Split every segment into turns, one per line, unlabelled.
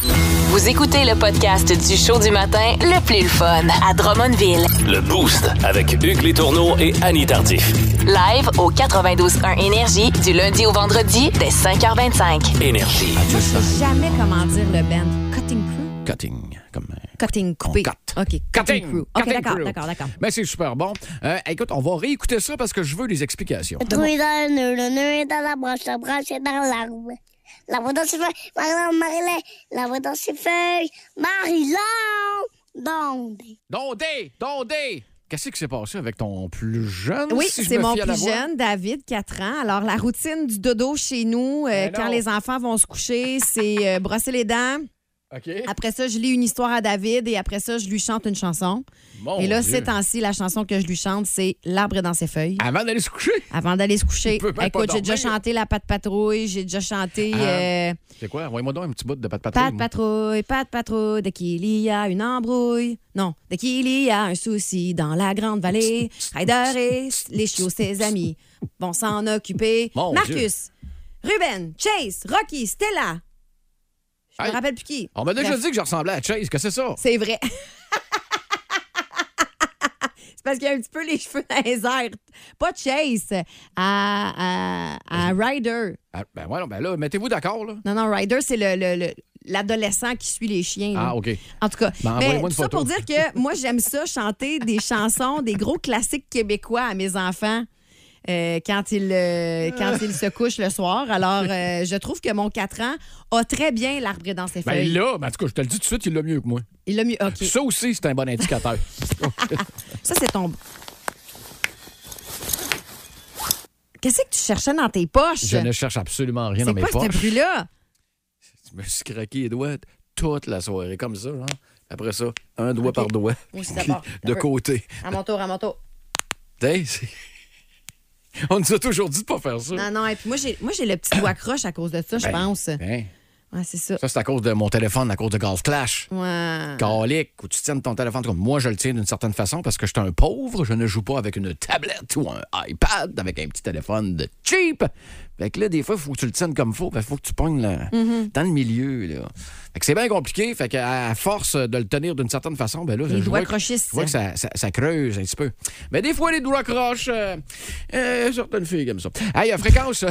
Vous écoutez le podcast du show du matin le plus fun à Drummondville.
Le Boost avec Hugues Létourneau et Annie Tardif.
Live au 92.1 Énergie du lundi au vendredi dès 5h25.
Énergie.
Je sais jamais comment dire le band. Cutting Crew?
Cutting, comme. euh,
Cutting Coupé.
cut.
OK, Cutting Crew. OK,
Cutting
d'accord,
crew.
d'accord, d'accord.
Mais c'est super bon. Euh, écoute, on va réécouter ça parce que je veux les explications.
Trouille dans le nœud, le nœud est dans la branche, la branche est dans l'arbre. L'arbre dans ses feuilles, Marilyn, Marilyn, l'arbre dans ses feuilles, Marilyn, donc.
Dondé! Dondé! Qu'est-ce qui s'est passé avec ton plus jeune?
Oui,
si je
c'est
me
mon
fie à la
plus
voix?
jeune, David, 4 ans. Alors, la routine du dodo chez nous, euh,
Mais Ben non.
quand les enfants vont se coucher, c'est euh, brosser les dents.
OK.
Après ça, je lis une histoire à David et après ça, je lui chante une chanson.
Mon
et là,
Dieu.
ces temps-ci, la chanson que je lui chante, c'est L'arbre est dans ses feuilles.
Avant d'aller se coucher?
Avant d'aller se coucher,
Il peut même pas
écoute, j'ai déjà
dormir.
chanté La Patte Patrouille, j'ai déjà chanté.
Ah.
euh,
C'est quoi? Envoyez-moi donc un petit bout de patte
Pas
patrouille.
de
moi.
patrouille, pas de patrouille, dès qu'il y a une embrouille. Non, dès qu'il y a un souci dans la grande vallée, Ryder et les chiots, ses amis, vont s'en occuper.
Mon
Marcus, Ruben, Chase, Rocky, Stella. Je me
Hey.
rappelle plus qui.
On m'a déjà
Bref,
dit que je ressemblais à Chase. Que c'est ça?
C'est vrai. C'est parce qu'il a un petit peu les cheveux dans les airs. Pas Chase, à, à, à Ryder.
Ah, ben, ouais, non, ben là, mettez-vous d'accord, là.
Non, non, Ryder, c'est le- le- le- l'adolescent qui suit les chiens. là.
Ah, OK.
En tout cas,
Ben,
mais
envoyez-moi une
tout ça
photo.
pour dire que moi, j'aime ça, chanter des chansons, des gros classiques québécois à mes enfants. euh, quand ils euh, quand ils se couchent le soir. Alors, euh, je trouve que mon 4 ans a très bien l'arbre dans ses
Ben
feuilles.
là, ben, en tout cas, je te le dis tout de suite, il l'a mieux que moi.
Il l'a mis. OK.
Ça aussi, c'est un bon indicateur.
Ça, c'est ton. Qu'est-ce que tu cherchais dans tes poches?
je ne cherche absolument rien dans
C'est
mes
quoi ce
poches.
bruit-là?
Je me suis craqué les doigts toute la soirée, comme ça, genre. Après ça, un doigt par doigt,
Moi aussi,
puis
d'abord.
de côté.
À mon tour, à mon tour.
Hey, c'est- On nous a toujours dit de pas faire ça.
Non, non, et puis moi, j'ai moi, j'ai le petit doigt croche à cause de ça, je
Ben,
pense.
Hein?
Ouais, c'est ça.
Ça, c'est à cause de mon téléphone, à cause de Golf Clash.
Ouais.
Calique, où tu tiennes ton téléphone comme moi, je le tiens d'une certaine façon parce que je suis un pauvre, je ne joue pas avec une tablette ou un iPad, avec un petit téléphone de cheap. Fait que là, des fois, il faut que tu le tiennes comme faut, il faut que tu pognes là,
Mhm.
dans le milieu. Là. Fait que c'est bien compliqué, fait que à force de le tenir d'une certaine façon, ben là, je
Les doigts
vois que-
crochissent.
je vois que ça, ça- ça creuse un petit peu. Mais des fois, les doigts crochent. euh, euh, certaines filles comme ça. Hey, euh, fréquence. euh,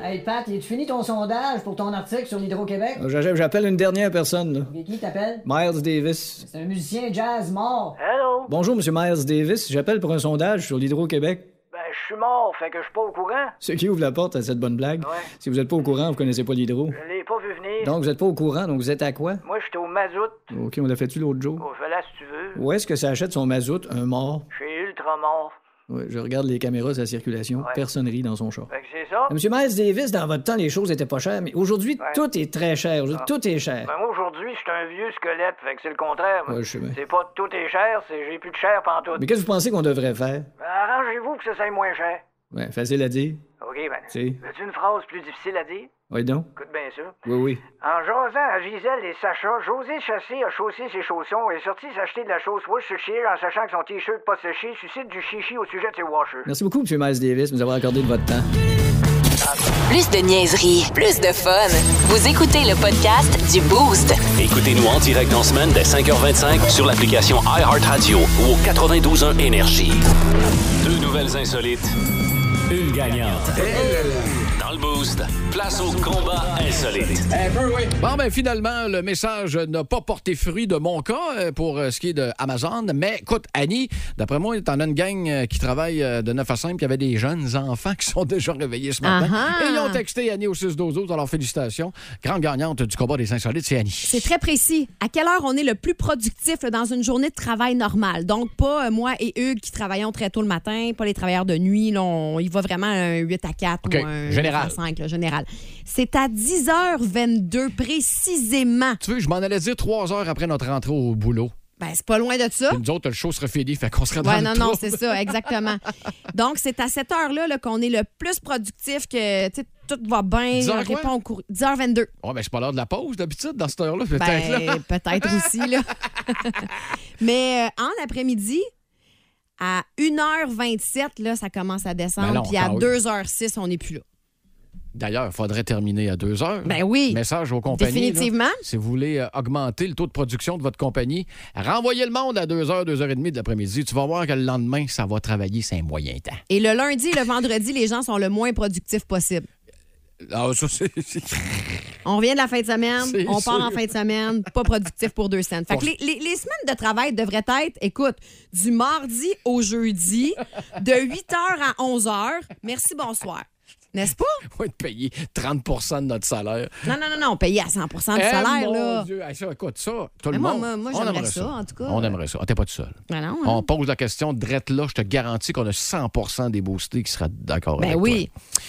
Hey Pat, tu fini ton sondage pour ton article sur l'Hydro-Québec?
Euh, j'appelle- J'appelle une dernière personne, là.
Et Qui t'appelle?
Miles Davis.
C'est un musicien jazz mort.
Bonjour, Monsieur Miles Davis. J'appelle pour un sondage sur l'Hydro-Québec.
Ben, je suis mort, fait que je suis pas au courant.
Ce qui ouvre la porte à cette bonne blague. Si vous n'êtes pas au courant, vous connaissez pas l'Hydro.
Je l'ai pas vu venir.
Donc, vous n'êtes pas au courant, donc vous êtes à quoi?
Moi, j'étais au mazout.
OK, on l'a fait-tu l'autre jour?
Au là si tu veux.
Où est-ce que ça achète son mazout? Un mort.
Je suis ultra mort.
Ouais, je regarde les caméras de sa circulation. Personne rit dans son char.
Fait que c'est ça.
Monsieur Miles Davis, dans votre temps, les choses étaient pas chères, mais aujourd'hui, tout est très cher. Aujourd'hui, Tout est cher.
Ben, moi, aujourd'hui, je suis un vieux squelette, fait que c'est le contraire. moi.
Ouais, je sais bien.
C'est pas tout est cher, c'est j'ai plus de chair pantoute.
Mais qu'est-ce que vous pensez qu'on devrait faire?
Ben, arrangez-vous que ça soit moins cher.
Ouais, facile à dire.
OK, ben.
Si.
Veux-tu une phrase plus difficile à dire?
Oui, donc.
Écoute bien ça.
Oui, oui.
En jasant à Gisèle et Sacha, José Chassé a chaussé ses chaussons et est sorti s'acheter de la chose Worcestershire en sachant que son t-shirt pas séché suscite du chichi au sujet de ses washers.
Merci beaucoup, Monsieur Miles Davis, de nous avoir accordé de votre temps.
Plus de niaiserie, plus de fun. Vous écoutez le podcast du Boost.
Écoutez-nous en direct en semaine dès 5h25 sur l'application iHeartRadio ou au 92.1 Énergie. Deux nouvelles insolites, une gagnante. Dans le boost, place au combat insolite.
Bon, ben finalement, le message n'a pas porté fruit de mon cas euh, pour euh, ce qui est de Amazon. Mais écoute, Annie, d'après moi, t'en as une gang euh, qui travaille euh, de 9 à 5, puis il y avait des jeunes enfants qui sont déjà réveillés ce matin.
Ah-ha!
Et ils ont texté Annie au 6 12 autres. Alors, félicitations. Grande gagnante du combat des insolites, c'est Annie.
C'est très précis. À quelle heure on est le plus productif là, dans une journée de travail normale? Donc, pas euh, moi et Hugues qui travaillons très tôt le matin, pas les travailleurs de nuit. Là, on y va vraiment un 8 à 4
OK,
ou un
général.
9 à 5, là, général. C'est à 10h22 précisément.
Tu veux, je m'en allais dire trois heures après notre rentrée au boulot.
Ben, c'est pas loin de ça.
Puis nous autres, le show sera fini, fait qu'on sera dans
Ouais,
le
non, non,
trouble.
c'est ça, exactement. Donc, c'est à cette heure-là là, qu'on est le plus productif, que tu sais, tout va bien,
10 heures
on
quoi?
répond au courrier. 10h22.
Ouais, ben, c'est pas l'heure de la pause d'habitude dans cette heure-là, peut-être. là.
Ben, peut-être aussi, là. Mais euh, en après-midi, à 1h27, là, ça commence à descendre.
Ben non,
puis à
encore oui.
2h06, on n'est plus là.
D'ailleurs, il faudrait terminer à deux heures.
Ben oui.
Message aux compagnies. là.
Définitivement.
si vous voulez euh, augmenter le taux de production de votre compagnie, renvoyez le monde à 2h, 2h30 de l'après-midi. Tu vas voir que le lendemain, ça va travailler, c'est un moyen temps.
Et le lundi et le vendredi, les gens sont le moins productifs possible.
Ah, ça, c'est.
On revient de la fin de semaine,
C'est
on part
sûr.
en fin de semaine, pas productif pour deux semaines. Fait que les, les- les semaines de travail devraient être, écoute, du mardi au jeudi, de 8h à 11h. Merci, bonsoir. N'est-ce pas?
On va être payé 30 de notre salaire.
Non, non, non, non, payer à 100 du
Eh,
salaire,
mon
là.
Dieu. Eh, ça, écoute, ça, tout
Mais
le
moi,
monde.
moi, moi,
on
j'aimerais
aimerait
ça, en tout cas.
On aimerait ça. Ah, t'es pas tout seul.
Ben non, hein?
On pose la question, drette là, je te garantis qu'on a 100 des boostés qui sera d'accord
Ben
avec
oui.
toi.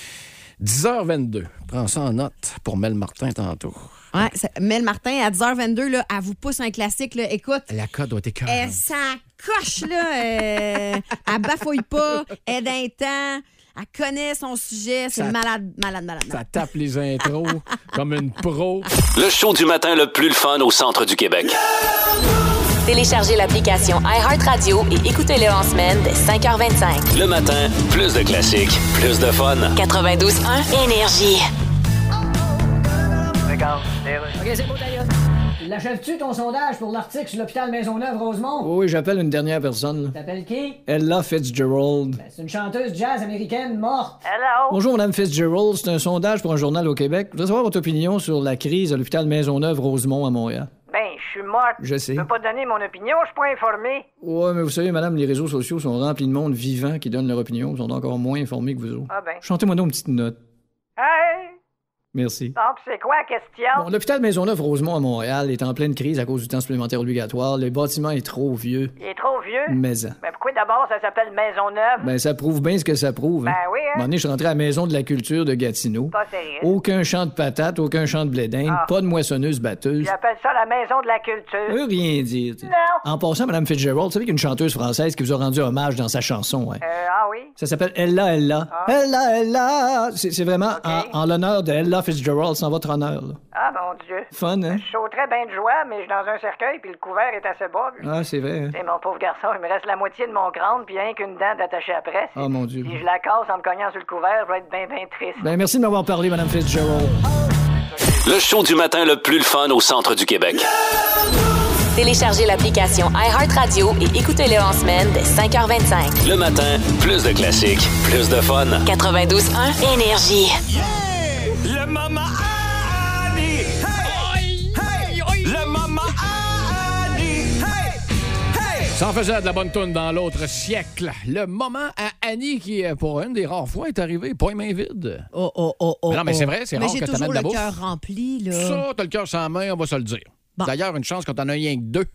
10h22. Prends ça en note pour Mel Martin tantôt.
Ouais, ça- Mel Martin, à 10h22, là, elle vous pousse un classique, là. Écoute,
La cote doit être
elle s'accroche, là. euh, elle bafouille pas, elle d'un temps. Elle connaît son sujet, c'est
Ça-
malade, malade, malade. malade.
Ça tape les intros comme une pro.
Le show du matin le plus le fun au centre du Québec.
Téléchargez l'application iHeartRadio et écoutez-le en semaine dès 5h25.
Le matin, plus de classiques, plus de fun.
92.1 Énergie.
OK, c'est beau, ta gueule.
L'achèves-tu ton sondage pour l'article sur l'hôpital Maisonneuve-Rosemont?
Oh Oui, j'appelle une dernière personne. là.
T'appelles qui?
Ella Fitzgerald.
C'est une chanteuse jazz américaine morte.
Bonjour, Madame Fitzgerald. C'est un sondage pour un journal au Québec. Je voudrais savoir votre opinion sur la crise à l'hôpital Maisonneuve-Rosemont à Montréal.
Ben, je suis morte.
Je sais.
Je peux pas donner mon opinion, je suis pas informé.
Ouais, mais vous savez, madame, les réseaux sociaux sont remplis de monde vivant qui donne leur opinion. Ils sont encore moins informés que vous autres.
Ah ben.
Chantez-moi donc une petite note.
Hey!
Merci.
Donc, c'est quoi la question?
Bon, l'hôpital Maisonneuve-Rosemont à Montréal est en pleine crise à cause du temps supplémentaire obligatoire. Le bâtiment est trop vieux.
Il est trop vieux.
Mais hein. en-
Ben, pourquoi d'abord ça s'appelle Maisonneuve?
Mm. Ben, ça prouve bien ce que ça prouve. hein.
Ben oui, hein.
Un moment donné, je suis rentré à la Maison de la Culture de Gatineau.
Pas sérieux. Ah.
Aucun champ de patates, aucun champ de blé d'Inde, pas de moissonneuse-batteuse.
J'appelle ça la maison de la culture.
Ça veut rien dire. tu sais.
Non.
En passant, Mme Fitzgerald, vous savez qu'il y a une chanteuse française qui vous a rendu hommage dans sa chanson. hein.
Euh, ah oui?
Ça s'appelle Ella Ella.
Ah.
Ella Ella! C'est c'est vraiment en, en l'honneur de Ella Fitzgerald, sans votre honneur. là.
Ah mon Dieu.
Fun, hein?
Je sauterais bien de joie, mais je suis dans un cercueil, puis le couvert est assez bas. puis-
Ah, c'est vrai. hein.
Et mon pauvre garçon, il me reste la moitié de mon crâne, puis rien qu'une dent d'attacher après.
Ah, mon Dieu.
Si je la casse en me cognant sur le couvert, je vais être bien, bien triste.
Ben, merci de m'avoir parlé, Mme Fitzgerald.
Le show du matin le plus le fun au centre du Québec.
Téléchargez l'application iHeartRadio et écoutez-le en semaine dès 5h25.
Le matin, plus de classiques, plus de fun.
92.1 Énergie.
Le Mama Annie! Hey! Hey! Le Mama Annie!
Ça en faisait de la bonne toune dans l'autre siècle. Le moment à Annie qui, euh, pour une des rares fois, est arrivé, pas les mains vides.
Oh, oh, oh, oh.
Non, mais
oh.
c'est vrai, c'est
Mais
rare
j'ai
que
toujours
t'amènes de la
le
bouffe.
cœur rempli, là.
Ça, t'as le cœur sans main, on va se le dire.
Euh. Bon.
D'ailleurs, une chance quand t'en as rien que deux.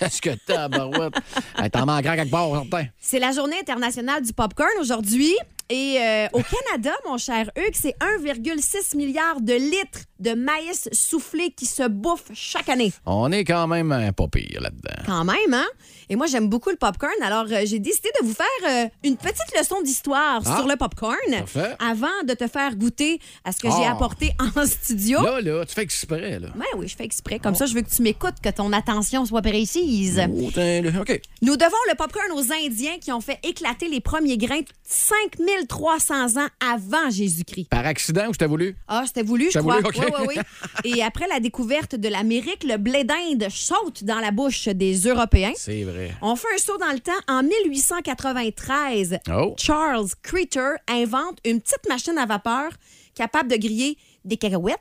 Parce que tabarouette, hey, t'en manqueras quelque part, certain.
C'est la journée internationale du popcorn aujourd'hui. Et euh, au Canada, mon cher Hugues, c'est 1,6 milliard de litres de maïs soufflé qui se bouffe chaque année.
On est quand même euh, pas pire là-dedans.
Quand même, hein? Et moi, j'aime beaucoup le popcorn. Alors, euh, j'ai décidé de vous faire euh, une petite leçon d'histoire
Ah.
sur le popcorn
Parfait.
avant de te faire goûter à ce que j'ai
Ah.
apporté en studio.
Là, là, tu fais exprès, là.
Ouais, oui, je fais exprès. Comme ça, je veux que tu m'écoutes, que ton attention soit précise.
Oh, t'es- là, OK.
Nous devons le popcorn aux Indiens qui ont fait éclater les premiers grains 5300 ans avant Jésus-Christ.
Par accident ou je t'ai voulu?
Ah, c'était voulu, je
C'était
crois.
voulu, ok.
Oui, oui, oui. Et après la découverte de l'Amérique, le blé d'Inde saute dans la bouche des Européens.
C'est vrai.
On fait un saut dans le temps. En 1893,
Oh.
Charles Creter invente une petite machine à vapeur capable de griller des cacahuètes,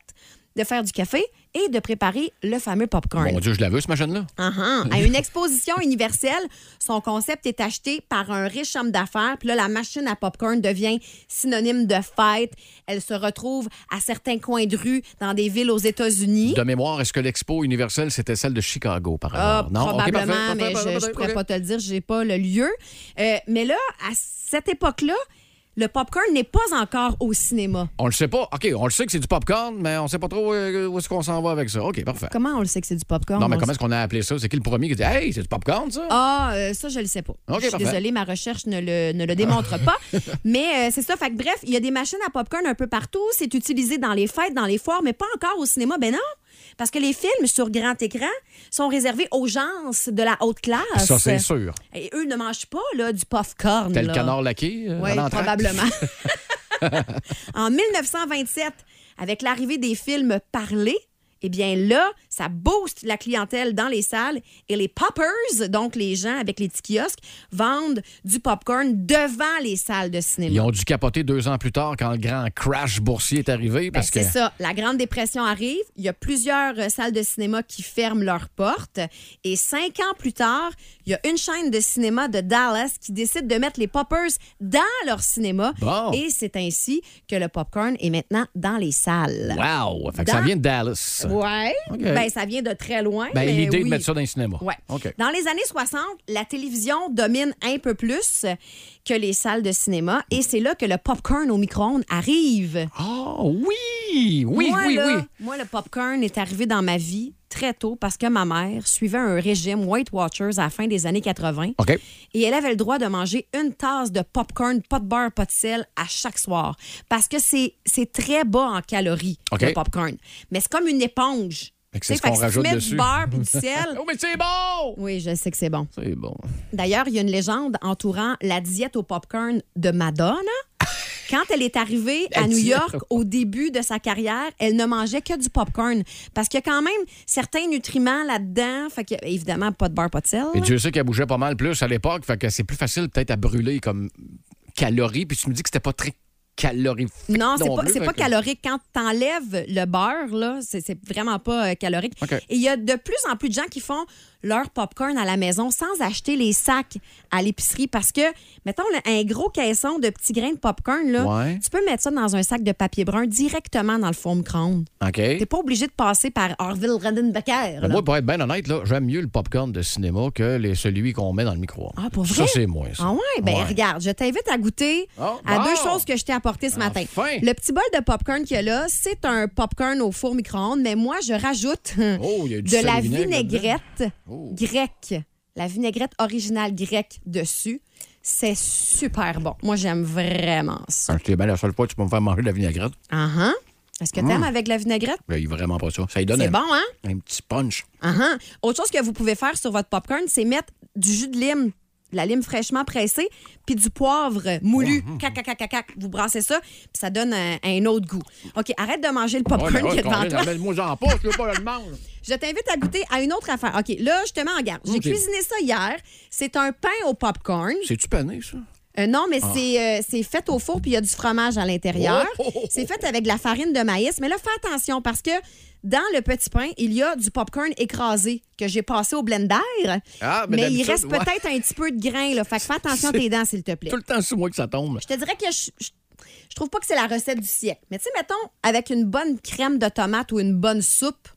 de faire du café et de préparer le fameux popcorn.
Mon Dieu, je la veux, cette machine-là.
Uh-huh. À une exposition universelle, son concept est acheté par un riche homme d'affaires. Puis là, la machine à popcorn devient synonyme de fête. Elle se retrouve à certains coins de rue dans des villes aux États-Unis.
De mémoire, est-ce que l'expo universelle, c'était celle de Chicago, par
Ah,
hasard? OK, parfait,
probablement,
parfait,
mais je
parfait,
ne
parfait,
pourrais
OK.
pas te le dire, j'ai pas le lieu. Euh, mais là, à cette époque-là, le popcorn n'est pas encore au cinéma.
On le sait pas. OK, on le sait que c'est du popcorn, mais on sait pas trop euh, où est-ce qu'on s'en va avec ça. OK, parfait.
Comment on le sait que c'est du popcorn?
Non, mais
On le
comment est-ce qu'on a appelé ça? C'est qui le premier qui dit Hey, c'est du popcorn, ça?
Ah, euh, ça, je le sais pas.
Ok,
je suis
parfait.
désolée, ma recherche ne le, ne le démontre pas. mais euh, c'est ça. Fait que bref, il y a des machines à popcorn un peu partout. C'est utilisé dans les fêtes, dans les foires, mais pas encore au cinéma. Ben non! Parce que les films sur grand écran sont réservés aux gens de la haute classe.
Ça, c'est sûr.
Et eux ne mangent pas là, du popcorn.
Tel
là.
canard laqué? euh,
Oui,
à l'entracte?
probablement. en 1927, avec l'arrivée des films parlés, eh bien là, ça booste la clientèle dans les salles et les poppers, donc les gens avec les petits kiosques, vendent du popcorn devant les salles de cinéma.
Ils ont dû capoter deux ans plus tard quand le grand crash boursier est
Ben,
arrivé parce que.
C'est ça. La Grande Dépression arrive. Il y a plusieurs euh, salles de cinéma qui ferment leurs portes. Et cinq ans plus tard, il y a une chaîne de cinéma de Dallas qui décide de mettre les poppers dans leur cinéma.
Bon.
Et c'est ainsi que le popcorn est maintenant dans les salles.
Wow! Fait que ça
Dans-
vient de Dallas.
Ouais.
OK.
Ben, ça vient de très loin.
Ben,
mais
l'idée
oui.
de mettre ça dans le cinéma.
Ouais.
OK.
Dans les années 60, la télévision domine un peu plus que les salles de cinéma et c'est là que le popcorn au micro-ondes arrive.
Ah oui! Oui,
moi,
oui,
là,
oui.
Moi, le popcorn est arrivé dans ma vie très tôt parce que ma mère suivait un régime Weight Watchers à la fin des années 80
OK.
et elle avait le droit de manger une tasse de popcorn, pas de beurre, pas de sel à chaque soir parce que c'est c'est très bas en calories,
OK.
le popcorn. Mais c'est comme une éponge.
Fait que c'est
Tu sais,
ce qu'on
que si tu
rajoute
mets
dessus.
du beurre puis du sel.
Oh, mais c'est bon!
Oui, je sais que c'est bon.
C'est bon.
D'ailleurs, il y a une légende entourant la diète au popcorn de Madonna. Quand elle est arrivée
La
à New
diète
York au début de sa carrière, elle ne mangeait que du popcorn parce qu'il y a quand même certains nutriments là-dedans. Fait que, évidemment, pas de beurre, pas de sel.
Et Dieu sait qu'elle bougeait pas mal plus à l'époque, fait que c'est plus facile peut-être à brûler comme calories. Puis tu me dis que c'était pas très calorifique.
Non, c'est pas,
plus,
c'est
fait
pas
que-
calorique. Quand t'enlèves le beurre, là, c'est c'est vraiment pas euh, calorique.
OK.
Et il y a de plus en plus de gens qui font leur popcorn à la maison sans acheter les sacs à l'épicerie parce que, mettons, là, un gros caisson de petits grains de popcorn, là,
Ouais.
tu peux mettre ça dans un sac de papier brun directement dans le four micro-ondes. T'es
OK.
pas obligé de passer par Orville Redenbacher. là.
Ben, Moi, pour être bien honnête, là, j'aime mieux le popcorn de cinéma que les- celui qu'on met dans le micro.
Ah, pour
Ça,
vrai?
c'est moins. ça.
Ah ouais, ben
Ouais.
regarde, je t'invite à goûter
Oh,
à
bon.
deux choses que je t'ai apportées ce matin.
Enfin.
Le petit bol de popcorn qu'il y a là, c'est un popcorn au four micro-ondes, mais moi je rajoute
Oh, il y a du
de la
sel vinaigre
vinaigrette
Oh.
grecque, la vinaigrette originale grecque dessus. C'est super bon. Moi j'aime vraiment ça.
Ah, C'est bien la seule fois que tu peux me faire manger de la vinaigrette.
Ah ah. Est-ce que t'aimes avec la vinaigrette?
Ben, il est vraiment pas ça. Ça lui donne
C'est
Mmh. un,
bon, hein?
un petit punch.
Ah ah. Autre chose que vous pouvez faire sur votre popcorn, c'est mettre du jus de lime, de la lime fraîchement pressée, puis du poivre moulu. Cac, cac, cac, cac, cac. Vous brassez ça, puis ça donne un, un autre goût. OK, arrête de manger le popcorn
Ouais, ben,
qui
ouais,
est devant
Colin,
toi.
amène-moi en poche, je veux pas le mange.
Je t'invite à goûter à une autre affaire. OK, là, je te mets en garde. J'ai
OK.
cuisiné ça hier. C'est un pain au popcorn.
C'est-tu pané, ça?
Euh, non, mais c'est, euh, c'est fait au four, puis il y a du fromage à l'intérieur.
Ah. Oh, oh, oh, oh.
C'est fait avec de la farine de maïs. Mais là, fais attention parce que dans le petit pain, il y a du popcorn écrasé que j'ai passé au blender.
Ah, mais
mais il
d'habitude,
reste
ouais.
peut-être un petit peu de grain. Là. Fait que fais attention à
C'est-
tes dents, s'il te plaît.
Tout le temps sous moi que ça tombe.
Je te dirais que je, je, je trouve pas que c'est la recette du siècle. Mais tu sais, mettons, avec une bonne crème de tomate ou une bonne soupe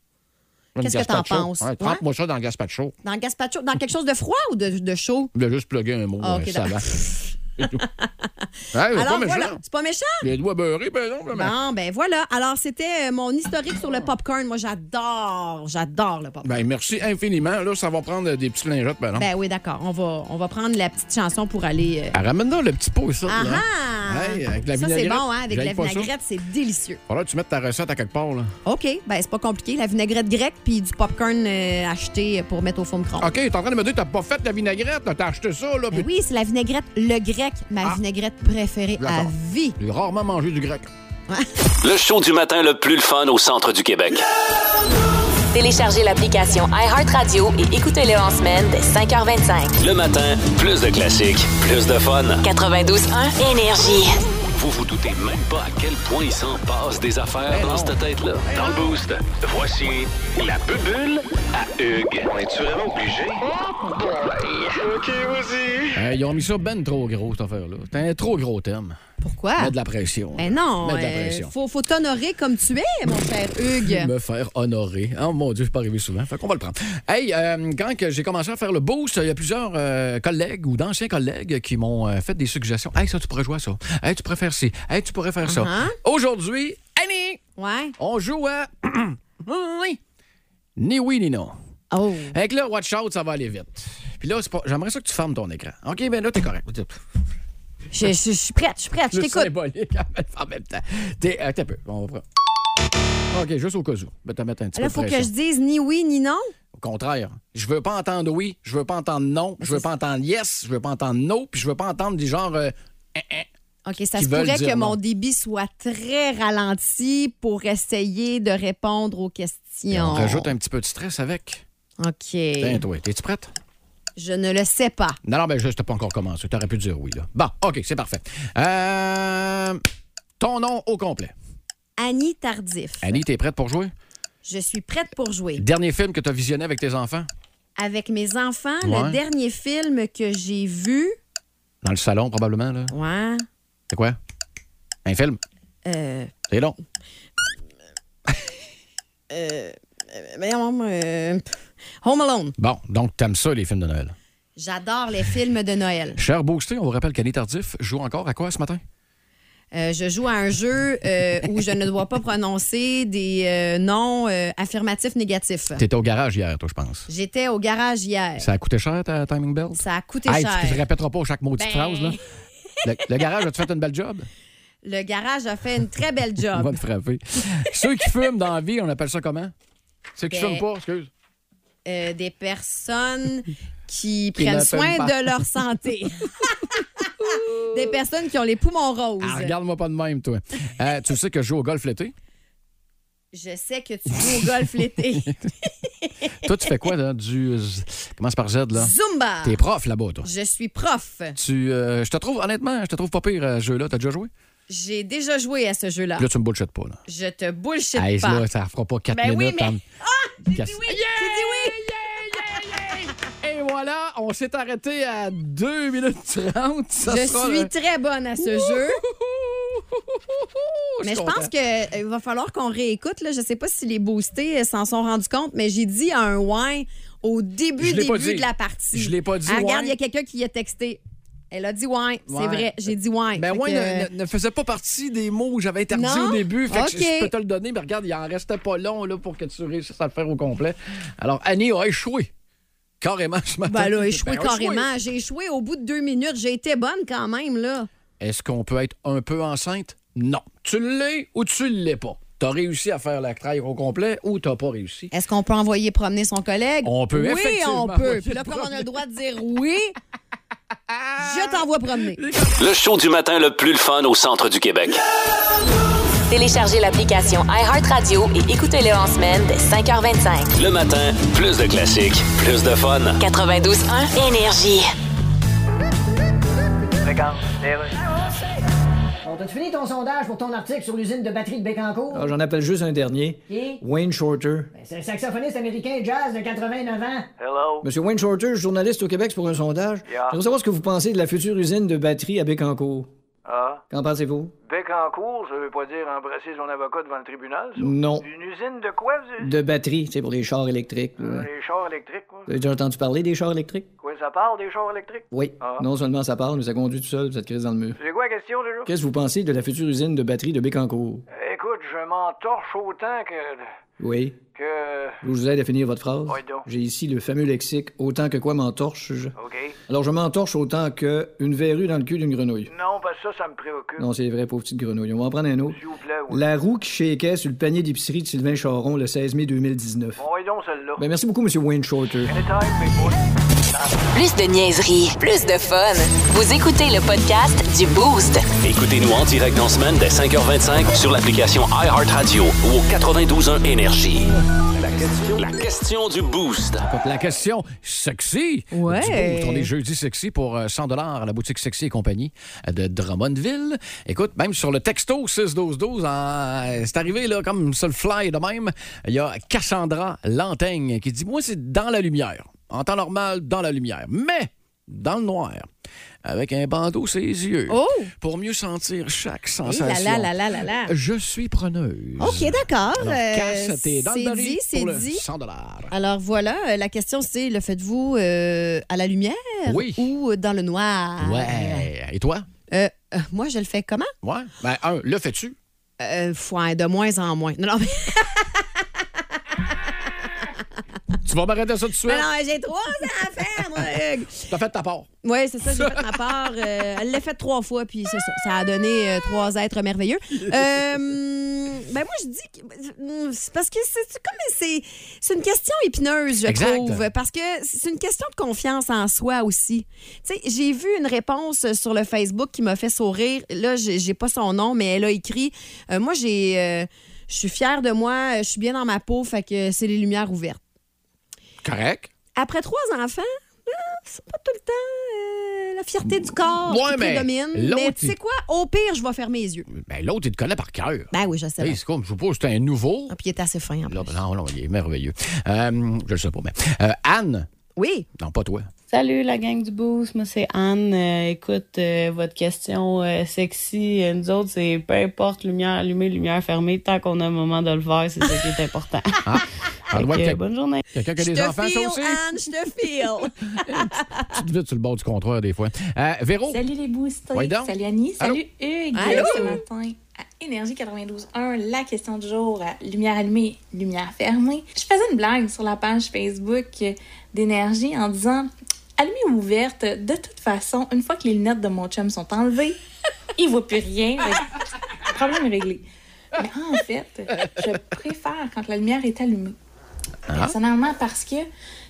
Qu'est-ce que t'en
Gazpacho.
penses?
Ouais, Trempe-moi ça dans le gazpacho.
dans le gazpacho, dans quelque chose de froid ou de, de chaud.
Je voulais juste plugger un mot,
Ah, OK,
euh, ça va.
d'accord.
C'est tout. Hey, c'est Eh, pas
Alors
méchant.
voilà, c'est pas méchant?
Les doigts beurrés, par exemple. mais-
Bon, ben voilà. Alors, c'était euh, mon historique sur le popcorn. Moi, j'adore, j'adore le popcorn.
Ben, merci infiniment. Là, ça va prendre des petites lingettes, ben non.
Ben oui, d'accord. On va, on va prendre la petite chanson pour aller. euh,
Ah, ramène donc le petit pot, ça.
Ah
là.
ah!
Hey, avec la
ça, c'est
vinaigrette,
bon, hein? Avec la
j'aille pas ça.
vinaigrette, c'est délicieux.
Faudra que tu mettes ta recette à quelque part, là.
OK, ben c'est pas compliqué. La vinaigrette grecque puis du popcorn euh, acheté pour mettre au fond de cron.
OK, t'es en train de me dire que t'as pas fait la vinaigrette, là. T'as acheté ça, là. puis
Ben oui, c'est la vinaigrette le grec, ma vinaigrette préférée à
Ah. D'accord.
vie.
J'ai rarement mangé du grec.
Le show du matin le plus le fun au centre du Québec.
Téléchargez l'application iHeartRadio et écoutez-le en semaine dès 5h25.
Le matin, plus de classiques, plus de fun.
92.1 Énergie.
Vous vous doutez même pas à quel point il s'en passe des affaires dans cette tête-là. Dans le boost, voici la bubule à Hugues. On est-tu vraiment obligé? OK, vas-y.
Euh, ils ont mis ça ben trop gros, cette affaire-là. C'est un trop gros thème.
Pourquoi?
Mets de la pression.
Ben non,
Mets de la
euh,
pression.
faut, faut t'honorer comme tu es, mon cher Hugues.
me faire honorer. Oh mon Dieu, je suis pas arrivé souvent. Fait qu'on va le prendre. Hey, euh, quand que j'ai commencé à faire le boost, il y a plusieurs euh, collègues ou d'anciens collègues qui m'ont euh, fait des suggestions. Hey, ça, tu pourrais jouer à ça. Hey, tu pourrais faire ci. Hey, tu pourrais faire ça.
Uh-huh.
Aujourd'hui, Annie,
Ouais.
on joue à. Oui. ni oui ni non.
Oh.
Avec là, watch out, ça va aller vite. Puis là, c'est pas... j'aimerais ça que tu fermes ton écran. OK, ben là, t'es correct.
Je, je- je suis prête, je suis prête, je
Juste
t'écoute.
symbolique en même temps. T'es, euh, t'as peu. On va prendre. OK, juste au cas où. Je vais te mettre un petit
Là,
peu de
faut que
pression.
je dise ni oui ni non.
Au contraire. Je veux pas entendre oui, je veux pas entendre non, je veux pas entendre yes, je veux pas entendre no, puis je veux pas entendre du genre euh, Hein, hein.
OK, ça
Qui
se
veulent
pourrait
dire
que
non.
mon débit soit très ralenti pour essayer de répondre aux
Et
questions.
on rajoute un petit peu de stress avec. Tiens,
OK.
toi, t'es-tu prête?
Je ne le sais pas.
Non, non, ben, je t'ai pas encore commencé. T'aurais pu dire oui, là. Bon, OK, c'est parfait. Euh, ton nom au complet.
Annie Tardif.
Annie, t'es prête pour jouer?
Je suis prête pour jouer.
Dernier film que t'as visionné avec tes enfants?
Avec mes enfants,
Ouais.
le dernier film que j'ai vu.
Dans le salon, probablement, là.
Ouais.
C'est quoi? Un film?
Euh,
C'est long.
mais, euh, Home Alone.
Bon, donc, t'aimes ça, les films de Noël.
J'adore les films de Noël.
Cher Boosté, on vous rappelle qu'Annie Tardif joue encore à quoi ce matin?
Euh, je joue à un jeu euh, où je ne dois pas prononcer des euh, noms euh, affirmatifs négatifs.
T'étais au garage hier, toi, je pense.
J'étais au garage hier.
Ça a coûté cher, ta timing belt?
Ça a coûté
Hey, tu te
cher.
répéteras pas chaque maudite
Ben.
phrase, là. Le, le garage, as-tu fait une belle job?
Le garage a fait une très belle
On va
job.
te frapper. Ceux qui fument dans la vie, on appelle ça comment? Ceux qui
Ben.
fument pas, excuse.
Euh, des personnes qui,
Qui ne
prennent
fument
soin
pas.
de leur santé. des personnes qui ont les poumons roses.
Ah, regarde-moi pas de même, toi. Euh, tu sais que je joue au golf l'été.
Je sais que tu joues au golf l'été.
Toi, tu fais quoi, là? Du. z- Commence par Z, là.
Zumba.
T'es prof là-bas, toi.
Je suis prof.
Tu, euh, je te trouve, honnêtement, je te trouve pas pire à ce jeu-là. T'as déjà joué?
J'ai déjà joué à ce jeu-là.
Là, tu me bullshit pas, là.
Je te bullshit
Hey,
Ah. pas.
là, ça fera pas quatre
Ben oui,
minutes. hein.
mais-
en-
J'ai dit oui. J'ai dit oui.
Et voilà, on s'est arrêté à 2 minutes 30. Ça
Je
sera
suis
le-
très bonne à ce jeu. Mais je
content.
pense qu'il va falloir qu'on réécoute. Là. Je ne sais pas si les boostés euh, s'en sont rendus compte, mais j'ai dit un ouin au début,
Je l'ai pas
début
dit.
de la partie.
Je l'ai pas dit
Ah,
ouin.
regarde, il y a quelqu'un qui a texté. Elle a dit ouin.
Ouais.
C'est vrai, j'ai dit ouin.
Ben
Fait
ouais,
que- euh,
ne, ne- ne faisait pas partie des mots que j'avais interdits
Non?
au début. Fait que je- je,
Ok.
peux te le donner, mais regarde, il en restait pas long là, pour que tu réussisses à le faire au complet. Alors, Annie a échoué. Carrément ce matin.
Ben là, échoué
Ben,
carrément. J'ai échoué au bout de deux minutes. J'ai été bonne quand même, là.
Est-ce qu'on peut être un peu enceinte? Non. Tu l'es ou tu l'es pas. T'as réussi à faire la traire au complet ou t'as pas réussi.
Est-ce qu'on peut envoyer promener son collègue?
On peut,
Oui,
effectivement,
on peut.
envoyer
Puis là, comme on a le droit de dire oui, je t'envoie promener.
Le show du matin le plus le fun au centre du Québec.
Téléchargez l'application iHeartRadio et écoutez-le en semaine dès 5h25.
Le matin, plus de classiques, plus de fun.
92.1 Énergie.
Bon, t'as-tu fini ton sondage pour ton article sur l'usine de batterie de
Oh.
Bécancour?
Ah, J'en appelle juste un dernier.
Qui?
Wayne Shorter.
C'est un saxophoniste américain jazz de 89 ans.
Monsieur Wayne Shorter, journaliste au Québec c'est pour un sondage. Je veux savoir ce que vous pensez de la future usine de batterie à Bécancour.
Ah,
Qu'en pensez-vous?
bec en cours, ça veut pas dire embrasser son avocat devant le tribunal, ça.
Non.
Une usine de quoi, vous
De euh, batterie, c'est pour les chars électriques. là.
Les chars électriques, quoi.
Vous avez déjà entendu parler des chars électriques?
Quoi, ça parle des chars électriques?
Oui.
Ah.
Non seulement ça parle, mais ça conduit tout seul, ça te crise dans le mur.
C'est quoi la question, déjà?
Qu'est-ce que vous pensez de la future usine de batterie de Bécancour?
Écoute, je m'entorche autant que.
Oui.
que.
Je vous aide à finir votre phrase.
Oui, donc.
J'ai ici le fameux lexique autant que quoi m'entorche. je-
OK.
Alors je m'entorche autant que une verrue dans le cul d'une grenouille.
Non, parce que ça, ça me préoccupe.
Non, c'est vrai, pauvre petite grenouille. On va en prendre un autre.
S'il vous plaît, oui.
La roue qui shakeait sur le panier d'épicerie de Sylvain Charon le 16 mai 2019.
Bon, et donc, celle-là.
Ben, merci beaucoup, Monsieur Wayne Shorter.
Anytime, big boy.
Plus de niaiserie, plus de fun. Vous écoutez le podcast du Boost.
Écoutez-nous en direct dans la semaine dès 5h25 sur l'application iHeartRadio ou au 92.1 Énergie. La question, la question du boost.
La question sexy.
Ouais.
du boost. on est jeudi sexy pour euh, 100 à la boutique Sexy et compagnie euh, de Drummondville. Écoute, même sur le texto 6-12-12, en- euh, c'est arrivé là, comme sur le fly de même. Il y a Cassandra Lantaigne qui dit Moi, c'est dans la lumière. En temps normal, dans la lumière. Mais dans le noir, avec un bandeau sur les yeux,
Oh!
pour mieux sentir chaque
Eh
sensation.
là là là là là là.
Je suis preneuse.
OK, d'accord.
Alors,
Euh,
casse tes dents de
c'est
baril
dit,
pour
c'est
le
dit.
100 dollars.
Alors voilà, euh, la question c'est le faites-vous euh, à la lumière
Oui.
ou euh, dans le noir?
Ouais. Et toi?
Euh, euh, moi, je le fais comment?
Ouais. Ben, un, le fais-tu?
Euh, fois, de moins en moins. Non, non, mais,
Tu vas m'arrêter ça tout de suite?
Ben non, mais j'ai trois ans à faire, moi, Hugues.
T'as fait ta part.
Oui, c'est ça, j'ai fait ma part. Euh, elle l'a fait trois fois, puis c'est ça. Ça a donné euh, trois êtres merveilleux. Euh, ben moi, je dis que. euh, c'est Parce que c'est c'est comme. C'est c'est une question épineuse, je
Exact.
trouve. Parce que c'est une question de confiance en soi aussi. Tu sais, j'ai vu une réponse sur le Facebook qui m'a fait sourire. Là, j'ai j'ai pas son nom, mais elle a écrit euh, Moi, j'ai. euh, je suis fière de moi, je suis bien dans ma peau, fait que c'est les lumières ouvertes.
Correct.
Après trois enfants, euh, c'est pas tout le temps euh, la fierté du corps
Ouais,
qui
mais
prédomine.
l'autre,
Mais tu
il-
sais quoi? Au pire, je vais fermer les yeux.
Ben, l'autre, il te connaît par cœur.
Ben oui, je sais.
Hey,
bien.
c'est comme, je sais pas, c'est un nouveau.
Ah, puis il est assez fin en
Là, ben,
plus.
non, non, il est merveilleux. Euh, je le sais pas, mais. euh, Anne.
Oui.
Non, pas toi.
Salut la gang du Boost, moi c'est Anne. Euh, écoute, euh, votre question euh, sexy, euh, nous autres, c'est peu importe, lumière allumée, lumière fermée, tant qu'on a un moment de le faire, c'est ça qui est important.
Ah,
Fait
ouais,
que,
quel-
bonne journée.
Quelqu'un qui a
Je
des
te
enfants, ça
feel,
aussi?
Anne, je te feel.
Tu te vite sur le bord du comptoir, des fois. Euh, Véro.
Salut les boostés.
Ouais, donc.
Salut Annie.
Allô.
Salut Hugues.
Allô.
Ce matin, à Énergie 92.1, la question du jour, à lumière allumée, lumière fermée. Je faisais une blague sur la page Facebook euh, d'Énergie en disant allumée ou ouverte, de toute façon, une fois que les lunettes de mon chum sont enlevées, il voit plus rien. Le problème est réglé. Mais en fait, je préfère quand la lumière est allumée. Personnellement, parce que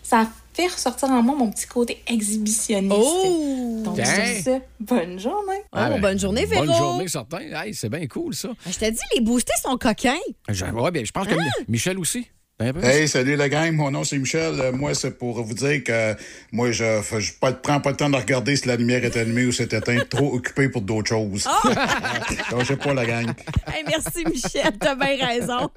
ça fait ressortir en moi mon petit côté exhibitionniste.
Oh!
Donc,
Tiens.
sur ce, bonne journée.
Ah, ben,
bonne journée, Véro. Ah,
Bonne journée, certain. Hey, c'est bien cool, ça.
Je te dis, les boostés sont coquins.
Je, ouais, ben, je pense que Mi- Michel aussi. Un peu.
Hey, salut la gang, mon nom c'est Michel. Euh, Moi, c'est pour vous dire que euh, moi, je je pas- prends pas le temps de regarder si la lumière est allumée ou c'est éteinte. Trop occupé pour d'autres choses. Donc, je sais pas la gang.
Hey, merci, Michel. T'as bien raison.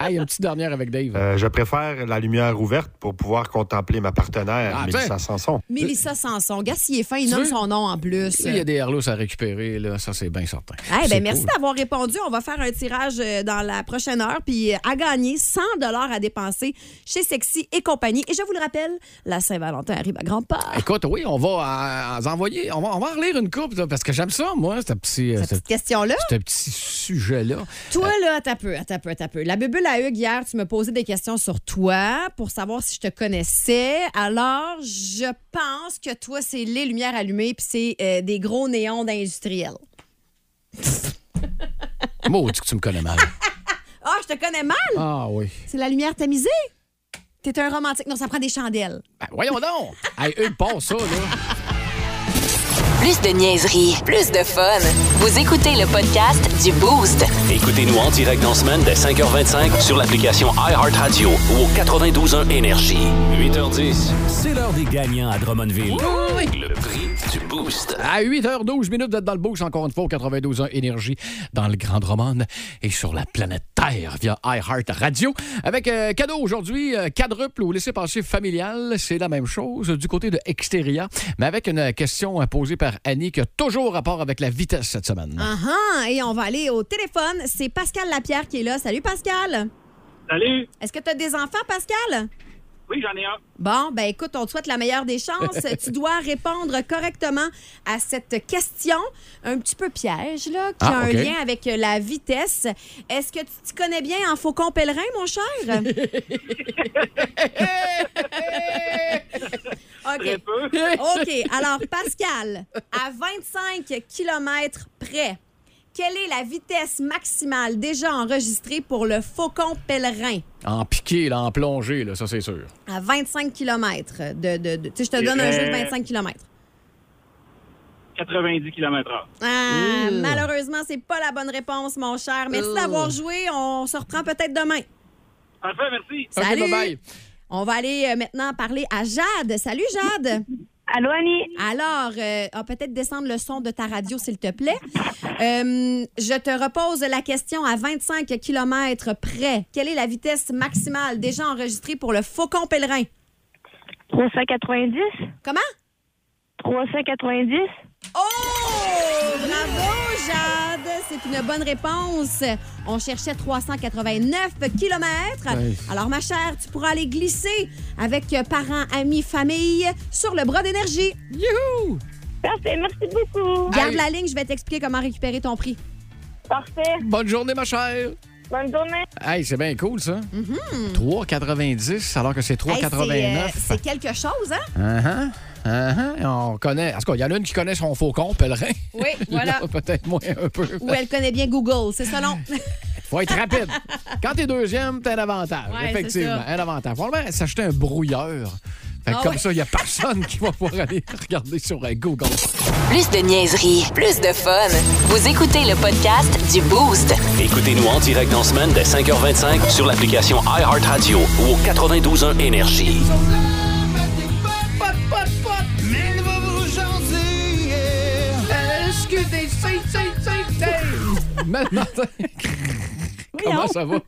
Hey, une petite dernière avec Dave.
Euh,
euh, je préfère la lumière ouverte pour pouvoir contempler ma partenaire,
Ah, Mélissa tiens.
Sanson.
Mélissa Sanson. Gars, s'il est fin, il nomme
veux?
son nom en plus.
S'il y a des airlos à récupérer, là, ça, c'est bien certain.
Eh
C'est
ben, merci
cool.
d'avoir répondu. On va faire un tirage euh, dans la prochaine heure. Puis euh, à gagner 100 à dépenser chez Sexy et compagnie. Et je vous le rappelle, la Saint-Valentin arrive à grands pas.
Écoute, oui, on va euh, envoyer, on va, on va en relire une coupe, là, parce que j'aime ça, moi, ce petit, euh,
Cette
ce-
petite question-là.
ce petit sujet-là.
Toi, là, t'as peu, t'as peu, t'as peu. La bubule à Hugues, hier, tu me posais des questions sur toi pour savoir si je te connaissais. Alors, je pense que toi, c'est les lumières allumées puis c'est euh, des gros néons d'industriels.
Maudit que tu me connais mal.
Ah, je te connais mal!
Ah oui.
C'est la lumière tamisée? T'es un romantique. Non, ça prend des chandelles.
Ben, voyons donc. hey, eux, pas ça, là.
Plus de niaiserie, plus de fun. Vous écoutez le podcast du Boost.
Écoutez-nous en direct dans la semaine dès 5h25 sur l'application iHeartRadio ou au 92.1 Énergie. 8h10, c'est l'heure des gagnants à Drummondville. Le prix du boost.
À 8h12 minutes d'être dans le bouche, encore une fois, au 92 Énergie, dans le Grand Romande et sur la planète Terre via iHeart Radio. Avec euh, cadeau aujourd'hui, euh, quadruple ou laissez-passer familial, c'est la même chose euh, du côté de Exteria, mais avec une euh, question euh, posée par Annie qui a toujours rapport avec la vitesse cette semaine.
Ah ah, et on va aller au téléphone. C'est Pascal Lapierre qui est là. Salut Pascal.
Salut!
Est-ce que tu as des enfants, Pascal?
Oui, j'en ai un.
Bon, ben écoute, on te souhaite la meilleure des chances. tu dois répondre correctement à cette question, un petit peu piège, là, qui
Ah,
a
OK.
un lien avec la vitesse. Est-ce que tu t'y connais bien en faucon pèlerin, mon cher? OK. OK. Alors, Pascal, à 25 km près, quelle est la vitesse maximale déjà enregistrée pour le faucon pèlerin?
En piqué, là, en plongée, là, ça c'est sûr.
à 25 km de. de, de- tu sais, je te donne un
Euh,
jeu de 25 km.
90 km/h.
Ah, malheureusement, c'est pas la bonne réponse, mon cher. Merci d'avoir joué. On se reprend peut-être demain.
Parfait, merci.
OK,
Salut.
bye-bye.
On va aller euh, maintenant parler à Jade. Salut, Jade.
Allô, Annie.
Alors, euh, ah, peut-être descendre le son de ta radio, s'il te plaît. Euh, je te repose la question à 25 km près. Quelle est la vitesse maximale déjà enregistrée pour le faucon pèlerin?
390?
Comment?
390.
Oh! Bravo, Jade! C'est une bonne réponse. On cherchait 389 kilomètres.
Oui.
Alors, ma chère, tu pourras aller glisser avec parents, amis, famille sur le bras d'énergie. Youhou!
Parfait, merci beaucoup.
Garde
Allez.
la ligne, je vais t'expliquer comment récupérer ton prix.
Parfait.
Bonne journée, ma chère.
Bonne journée.
Hey, c'est bien cool, ça.
Mm-hmm.
3,90 alors que c'est 3,89.
Hey, c'est, euh, c'est quelque chose, hein?
Uh-huh, uh-huh. On connaît. En tout cas, il y en a une qui connaît son faucon, pèlerin.
Oui, voilà.
L'autre, Peut-être moins un peu.
Ou elle connaît bien Google, c'est selon.
Faut être rapide. Quand t'es deuxième, t'as un avantage.
Ouais,
Effectivement,
c'est
un avantage. Faut vraiment s'acheter un brouilleur. Fait que
Ah
comme
ouais.
ça, il n'y a personne qui va pouvoir aller regarder sur euh, Google.
Plus de niaiserie, plus de fun. Vous écoutez le podcast du Boost.
Écoutez-nous en direct dans la semaine dès 5h25 sur l'application iHeartRadio ou au 92.1 Énergie.
Elle va vous changer. Est-ce que des
Mais le matin, comment ça va?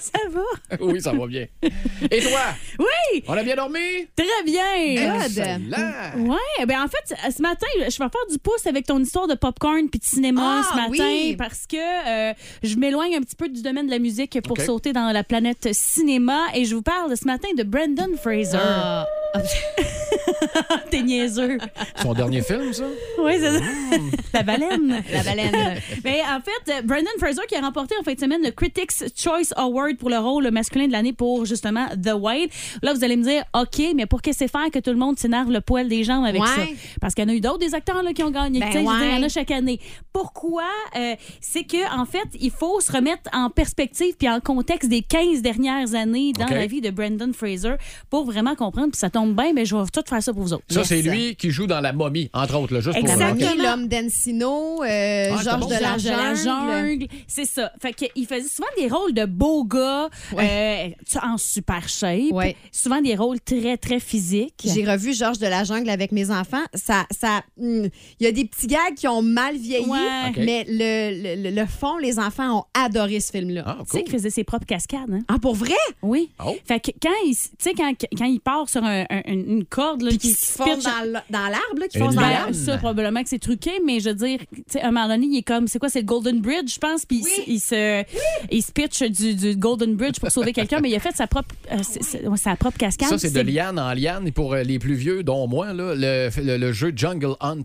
Ça va?
Oui, ça va bien. Et toi?
Oui!
On a bien dormi?
Très bien!
Good. Excellent.
Ouais, ben en fait, ce matin, je vais faire du pouce avec ton histoire de popcorn puis de cinéma
Ah,
ce matin
oui.
parce que euh, je m'éloigne un petit peu du domaine de la musique pour
Ok.
sauter dans la planète cinéma et je vous parle ce matin de Brendan Fraser.
Ah.
T'es niaiseux.
Son dernier film, ça?
Oui, c'est ça. La baleine.
La baleine.
Mais en fait, euh, Brendan Fraser qui a remporté en fin de semaine le Critics Choice Award pour le rôle masculin de l'année pour justement The Whale. Là, vous allez me dire, OK, mais pour que c'est faire que tout le monde s'énerve le poil des jambes avec
Ouais.
ça? Parce qu'il y en a eu d'autres des acteurs là, qui ont gagné.
Ben
Tu sais, je veux dire, il y en
ouais.
a chaque année. Pourquoi? Euh, c'est que en fait, il faut se remettre en perspective puis en contexte des 15 dernières années dans
OK.
la vie de Brendan Fraser pour vraiment comprendre. Puis ça tombe bien, mais je vais tout faire ça pour vous autres.
Ça,
Yes.
c'est lui qui joue dans La Momie, entre autres, là, juste pour
Exactement. L'homme d'Encino, euh,
Ah,
Georges
bon,
de la
Georges de la jungle. C'est ça. Fait que il faisait souvent des rôles de beaux gars euh, tu- en super shape. Souvent des rôles très, très physiques.
J'ai revu Georges de la jungle avec mes enfants. Ça, ça, hum, il y a des petits gars qui ont mal vieilli,
Ouais. OK.
mais le, le- le- le fond, les enfants ont adoré ce film-là.
Ah,
Tu sais qu'il faisait ses propres cascades. Hein?
Ah, pour vrai?
Oui.
Oh.
Fait que quand il, s- tu sais, quand, quand il part sur un- un- une une corde là, qui
qui se font
pitche-
dans l- dans l'arbre, là, qui
Ben,
font dans l'arbre.
Ça, probablement que c'est truqué, mais je veux dire, tu sais, un moment donné, il est comme, c'est quoi, c'est le Golden Bridge, je pense, puis il s- il, se, il se pitch du, du Golden Bridge pour sauver quelqu'un, mais il a fait sa propre, euh, c'est- c'est- ouais, sa propre cascade.
Ça, c'est de liane en liane. Et pour euh, les plus vieux, dont moi, là, le, le- le jeu Jungle Hunt,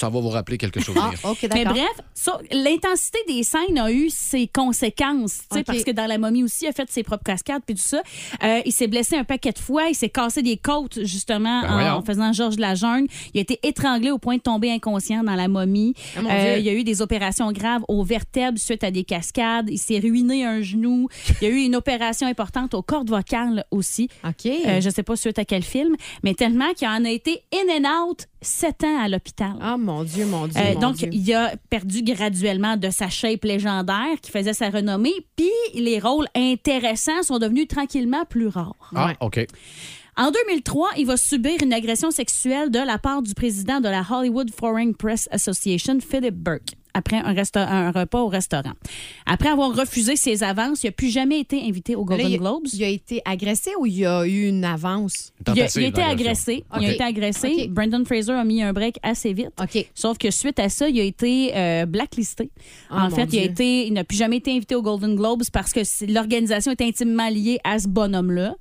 ça va vous rappeler quelques
Ah,
souvenirs.
Ah,
Mais bref, ça, l'intensité des scènes a eu ses conséquences, tu sais,
Ok.
parce que dans La momie aussi, il a fait ses propres cascades puis tout ça. Euh, il s'est blessé un paquet de fois, il s'est cassé des côtes, justement,
Ben
en-
voyons.
en, faisant Georges de la Jungle. Il a été étranglé au point de tomber inconscient dans La momie. Euh,
Ah, mon Dieu.
il y a eu des opérations graves aux vertèbres suite à des cascades. Il s'est ruiné un genou. Il y a eu une opération importante aux cordes vocales aussi. Euh,
OK.
je sais pas suite à quel film, mais tellement qu'il en a été in and out sept ans à l'hôpital.
Ah, mon Dieu, mon Dieu.
Euh,
mon
donc,
Dieu.
il a perdu graduellement de sa shape légendaire qui faisait sa renommée, puis les rôles intéressants sont devenus tranquillement plus rares.
Ah, OK.
En 2003, il va subir une agression sexuelle de la part du président de la Hollywood Foreign Press Association, Philip Burke, après un, resta- un repas au restaurant. Après avoir refusé ses avances, il n'a plus jamais été invité aux
Là,
Golden
il-
Globes.
Il a été agressé ou il a eu une avance?
Il a, il a été agressé. Il a
Ok.
été agressé. Brendan Fraser a mis un break assez vite. Sauf que suite à ça, il a été euh, blacklisté.
Ah,
en
mon
fait, il a
Dieu.
été, il n'a plus jamais été invité aux Golden Globes parce que c'est- l'organisation est intimement liée à ce bonhomme-là.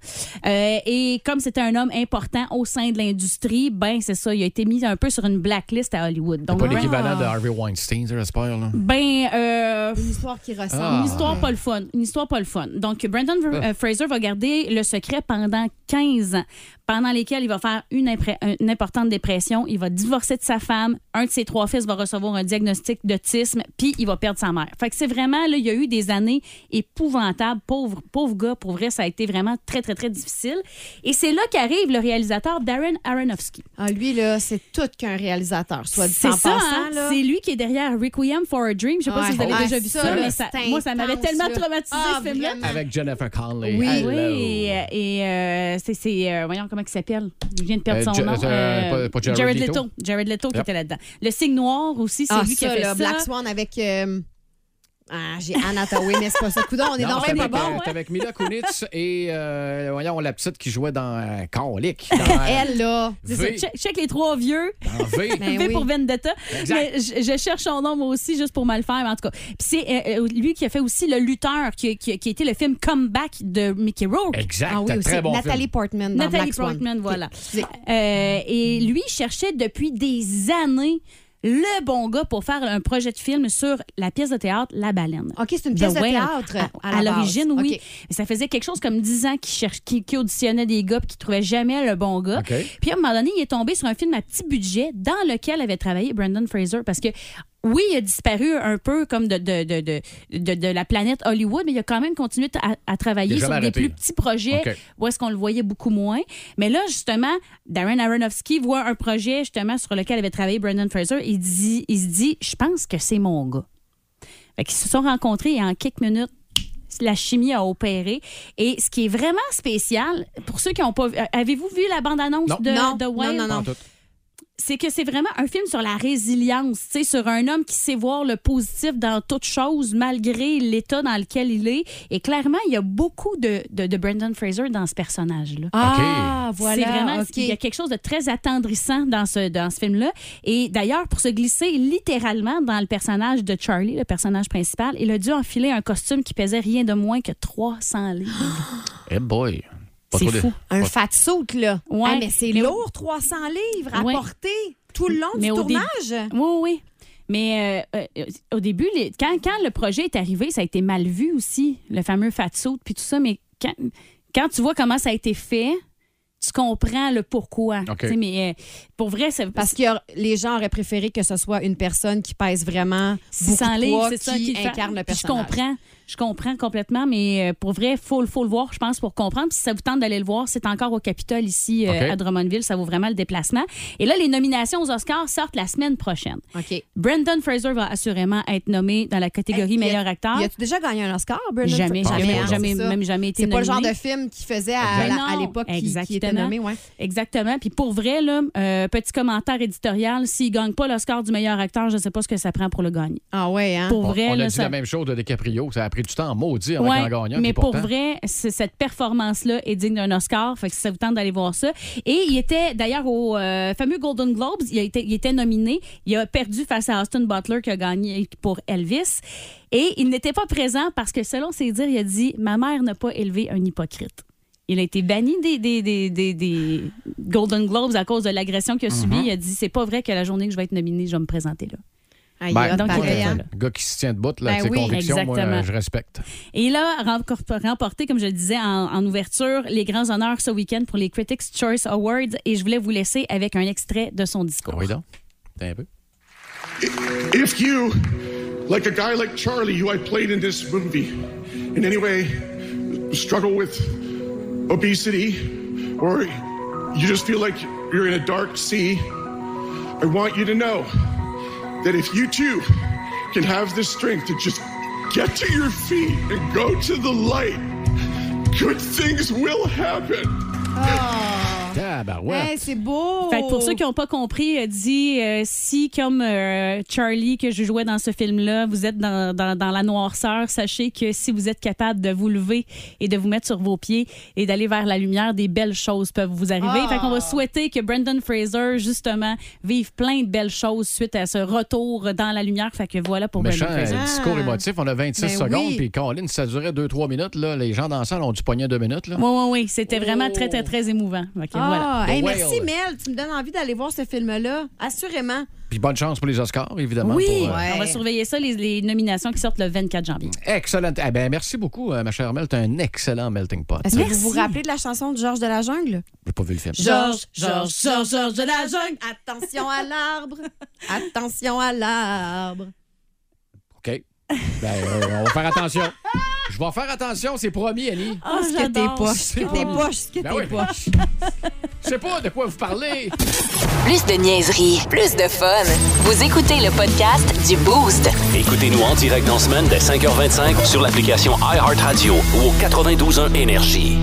Euh, et comme c'était un homme important au sein de l'industrie, ben c'est ça, il a été mis un peu sur une blacklist à Hollywood.
C'est
Donc,
pas
Brent-
l'équivalent de Harvey Weinstein, j'espère. Là.
ben, une
histoire qui ressemble.
Ah.
Une histoire pas le fun. Une histoire pas le fun. Donc, Brandon Fra-
Ah.
euh, Fraser va garder le secret pendant 15 ans, pendant lesquels il va faire une, impré- une importante dépression. Il va divorcer de sa femme. Un de ses trois fils va recevoir un diagnostic d'autisme, puis il va perdre sa mère. Fait que c'est vraiment, là, il y a eu des années épouvantables. Pauvre, pauvre gars, pour vrai, ça a été vraiment très, très, très difficile. Et c'est là qu'arrive le réalisateur Darren Aronofsky.
Ah, lui, là, c'est tout qu'un réalisateur, soit dit
C'est
en
ça,
passant,
hein?
là.
c'est lui qui est derrière Requiem for a Dream. Je sais pas
Ouais.
si vous avez
Ouais,
déjà vu ça,
ça, là,
mais ça-
c'est
moi, ça m'avait
intense,
tellement
là.
traumatisé
Ah,
ce film-là.
Avec Jennifer Conley.
Oui,
Hello.
oui. euh, Et euh, c'est- c'est. euh, voyons comment il s'appelle. Je viens de
Euh,
perdre son
Ja-
nom.
euh, pas- pas Jared
Jared
Leto.
Leto. Jared Leto qui
Yep.
était là-dedans. Le signe noir aussi, c'est
Ah,
lui qui a
ça,
fait
là,
ça.
Black Swan avec... euh, Ah, j'ai Anne Hathaway, mais c'est pas ça. Coudon, on est
Non,
dans
c'est
pas
avec, euh,
bon.
c'est avec Mila Kunitz et euh, voyons la petite qui jouait dans euh, Colique. euh,
Elle, là.
C'est ça,
V.
check, check les trois vieux.
Dans V. Ben
V
oui.
pour Vendetta.
Exact.
Mais je, je cherche son nom, moi aussi, juste pour mal faire. mais en tout cas, Puis c'est euh, euh, lui qui a fait aussi Le Lutteur, qui, a- qui, a- qui a été le film Comeback de Mickey Rourke.
Exact,
Ah oui,
un
aussi.
très bon film.
Nathalie Portman dans
Nathalie
Black Swan.
Portman, voilà. Euh, et lui cherchait depuis des années le bon gars pour faire un projet de film sur la pièce de théâtre La Baleine.
OK, c'est une
The
pièce de
Whale.
théâtre,
À,
à
à
la base.
l'origine, oui.
OK.
Mais ça faisait quelque chose comme 10 ans qu'il cherche, qu'il- qu'il auditionnait des gars puis qu'il trouvait jamais le bon gars.
OK.
Puis à un moment donné, il est tombé sur un film à petit budget dans lequel avait travaillé Brandon Fraser parce que oui, il a disparu un peu comme de, de, de, de, de- de la planète Hollywood, mais il a quand même continué t- à, à
Il
travailler
a
sur
jamais arrêté,
des
là.
plus petits projets
OK.
où est-ce qu'on le voyait beaucoup moins. Mais là, justement, Darren Aronofsky voit un projet justement sur lequel avait travaillé Brandon Fraser. Il, dit, il se dit, je pense que c'est mon gars. Fait qu'ils se sont rencontrés et en quelques minutes, la chimie a opéré. Et ce qui est vraiment spécial, pour ceux qui n'ont pas vu, avez-vous vu la bande-annonce
Non.
de
Non,
The
non,
Whale?
non, non. Pas en tout.
C'est que c'est vraiment un film sur la résilience, tu sais, sur un homme qui sait voir le positif dans toute chose malgré l'état dans lequel il est. Et clairement, il y a beaucoup de, de, de Brendan Fraser dans ce personnage-là.
Ah,
C'est
voilà,
vraiment-
OK.
Il y a quelque chose de très attendrissant dans ce, dans ce film-là. Et d'ailleurs, pour se glisser littéralement dans le personnage de Charlie, le personnage principal, il a dû enfiler un costume qui pesait rien de moins que 300 livres.
Eh boy. Pas
C'est
trop de-
fou.
Un
pas-
fat suit, là.
Ouais.
Ah, mais c'est
Mais-
lourd, 300 livres à
Ouais.
porter tout le long
Mais
du
au
tournage.
début- Oui, oui, oui. Mais euh, euh, au début, les- quand, quand le projet est arrivé, ça a été mal vu aussi, le fameux fat suit, puis tout ça. Mais quand, quand tu vois comment ça a été fait, tu comprends le pourquoi.
OK.
Tu sais, Mais euh, pour vrai, ça,
Parce que les gens auraient préféré que ce soit une personne qui pèse vraiment
600
beaucoup de
livres,
poids,
c'est ça
qui
le fait.
incarne le
Puis Je
personnage.
comprends, je comprends complètement, mais euh, pour vrai, il faut, le- faut le voir, je pense, pour comprendre. Puis si ça vous tente d'aller le voir, c'est encore au Capitole ici euh,
OK.
à Drummondville, ça vaut vraiment le déplacement. Et là, les nominations aux Oscars sortent la semaine prochaine.
OK.
Brendan Fraser va assurément être nommé dans la catégorie
Hey,
meilleur acteur.
Eh, Il a-tu déjà gagné un Oscar, Brendan
Jamais,
Fraser?
jamais,
hein,
jamais,
c'est ça.
même jamais été
C'est pas le genre
nominé.
de film qu'il faisait à,
Ben
la- à
non,
l'époque qui, qui était
exactement.
nommé, ouais.
Exactement. Puis pour vrai, là, euh, petit commentaire éditorial, s'il gagne pas l'Oscar du meilleur acteur, je sais pas ce que ça prend pour le gagner.
Ah ouais, hein?
Pour
On-
vrai,
on a
là,
dit
ça-
la même chose de DiCaprio. Ça a pris du temps à maudire
Ouais,
avec un gagnant.
mais
puis
pour
pourtant-
vrai, c'est- cette performance-là est digne d'un Oscar. Fait que si ça vous tente d'aller voir ça. Et il était d'ailleurs au euh, fameux Golden Globes. Il, a été, il était nominé. Il a perdu face à Austin Butler qui a gagné pour Elvis. Et il n'était pas présent parce que selon ses dires, il a dit Ma mère n'a pas élevé un hypocrite. Il a été banni des, des, des, des- des Golden Globes à cause de l'agression
Mhm.
qu'il a subie. Il a dit C'est pas vrai que la journée que je vais être nominé, je vais me présenter là.
Ben,
Donc, il était
ouais,
là.
hein?
le gars qui se tient debout, là,
Ben
ses
oui,
convictions, moi, euh,
exactement.
je respecte.
Et il a remporté- remporté, comme je le disais en, en ouverture, les grands honneurs ce week-end pour les Critics' Choice Awards. Et je voulais vous laisser avec un extrait de son discours.
Oui, donc. Attends un peu.
If you, like a guy like Charlie, who I played in this movie, in any way struggle with obesity, or you just feel like you're in a dark sea, I want you to know that if you too can have the strength to just get to your feet and go to the light, good things will happen.
Tabarouette.
Hey, c'est Fait que pour ceux qui n'ont pas compris, euh, dit euh, si, comme euh, Charlie, que je jouais dans ce film-là, vous êtes dans, dans- dans la noirceur, sachez que si vous êtes capable de vous lever et de vous mettre sur vos pieds et d'aller vers la lumière, des belles choses peuvent vous arriver.
Ah.
Fait qu'on va souhaiter que Brendan Fraser, justement, vive plein de belles choses suite à ce retour dans la lumière. Fait que voilà pour
Méchant
Brendan Fraser.
euh, discours émotif. On a 26
Ben
secondes.
oui.
Puis, Colin, ça durait 2-3 minutes. Là, les gens dans la salle ont du poignet 2 minutes. Là.
Oui, oui, oui. C'était vraiment très, très, très émouvant. Fait que
Ah,
voilà.
hey,
The Whale.
merci Mel, tu me donnes envie d'aller voir ce film-là, assurément.
Puis bonne chance pour les Oscars, évidemment.
Oui,
pour, euh,
on va surveiller ça, les, les nominations qui sortent le 24 janvier.
Excellent. Eh ben, merci beaucoup, euh, ma chère Mel. T'es un excellent melting pot.
Est-ce que vous vous rappelez de la chanson de Georges de la jungle?
J'ai pas vu le film.
Georges, Georges de la jungle. Attention à l'arbre. Attention à l'arbre.
OK. Ben, euh, on va faire attention. Je vais faire attention, c'est promis, Annie.
Ah, ce que t'es
j'adore.
poche, ce que
C'est
t'es
promis.
poche, ce que
Ben
t'es
oui.
poche.
Je sais pas de quoi vous parlez.
Plus de niaiserie, plus de fun. Vous écoutez le podcast du Boost.
Écoutez-nous en direct dans la semaine dès 5h25 sur l'application iHeartRadio ou au 92.1 Énergie.